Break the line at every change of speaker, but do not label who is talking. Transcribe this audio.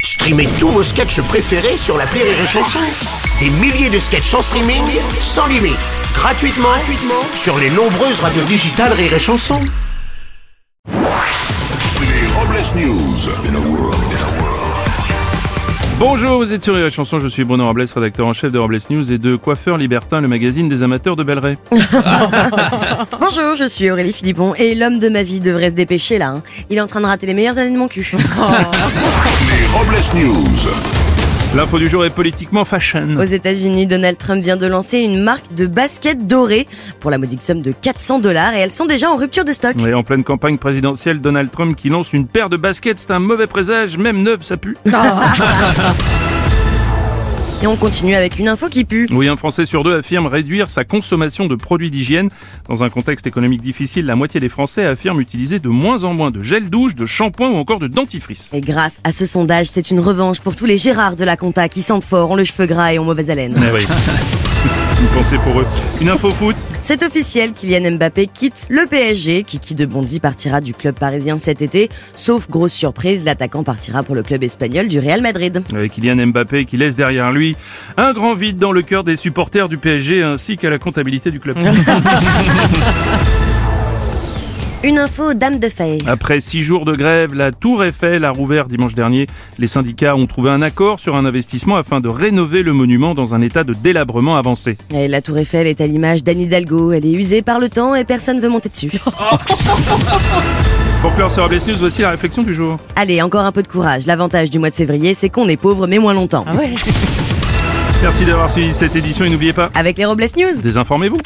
Streamez tous vos sketchs préférés sur la Rire et Chanson. Des milliers de sketchs en streaming, sans limite, gratuitement, gratuitement sur les nombreuses radios digitales Rire et Chanson.
Les Robles News in a world, in a world.
Bonjour, vous êtes sur Rire et Chanson, je suis Bruno Robles, rédacteur en chef de Robles News et de Coiffeur Libertin, le magazine des amateurs de Belleret.
Bonjour, je suis Aurélie Philippon et l'homme de ma vie devrait se dépêcher là. hein. Il est en train de rater les meilleures années de mon cul.
Les Robles News.
L'info du jour est politiquement fashion.
Aux États-Unis, Donald Trump vient de lancer une marque de baskets dorées pour la modique somme de 400 dollars et elles sont déjà en rupture de stock.
Et en pleine campagne présidentielle, Donald Trump qui lance une paire de baskets, c'est un mauvais présage, même neuve, ça pue.
Et on continue avec une info qui pue.
Oui, un Français sur deux affirme réduire sa consommation de produits d'hygiène. Dans un contexte économique difficile, la moitié des Français affirment utiliser de moins en moins de gel douche, de shampoing ou encore de dentifrice.
Et grâce à ce sondage, c'est une revanche pour tous les Gérards de la compta qui sentent fort, ont le cheveu gras et ont mauvaise haleine.
Eh oui. Une pensée pour eux. Une info foot,
C'est officiel, Kylian Mbappé quitte le PSG. Kiki de Bondy partira du club parisien cet été. Sauf grosse surprise, l'attaquant partira pour le club espagnol du Real Madrid.
avec Euh, Kylian Mbappé qui laisse derrière lui un grand vide dans le cœur des supporters du PSG ainsi qu'à la comptabilité du club.
Une info dame de fer.
Après six jours de grève, la Tour Eiffel a rouvert dimanche dernier. Les syndicats ont trouvé un accord sur un investissement afin de rénover le monument dans un état de délabrement avancé.
Et la tour Eiffel est à l'image d'Anne Hidalgo. Elle est usée par le temps et personne veut monter dessus.
Pour clore sur Robles News, voici la réflexion du jour.
Allez, encore un peu de courage. L'avantage du mois de février, c'est qu'on est pauvre mais moins longtemps.
Merci d'avoir suivi cette édition et n'oubliez pas,
Avec les Robles News.
désinformez-vous.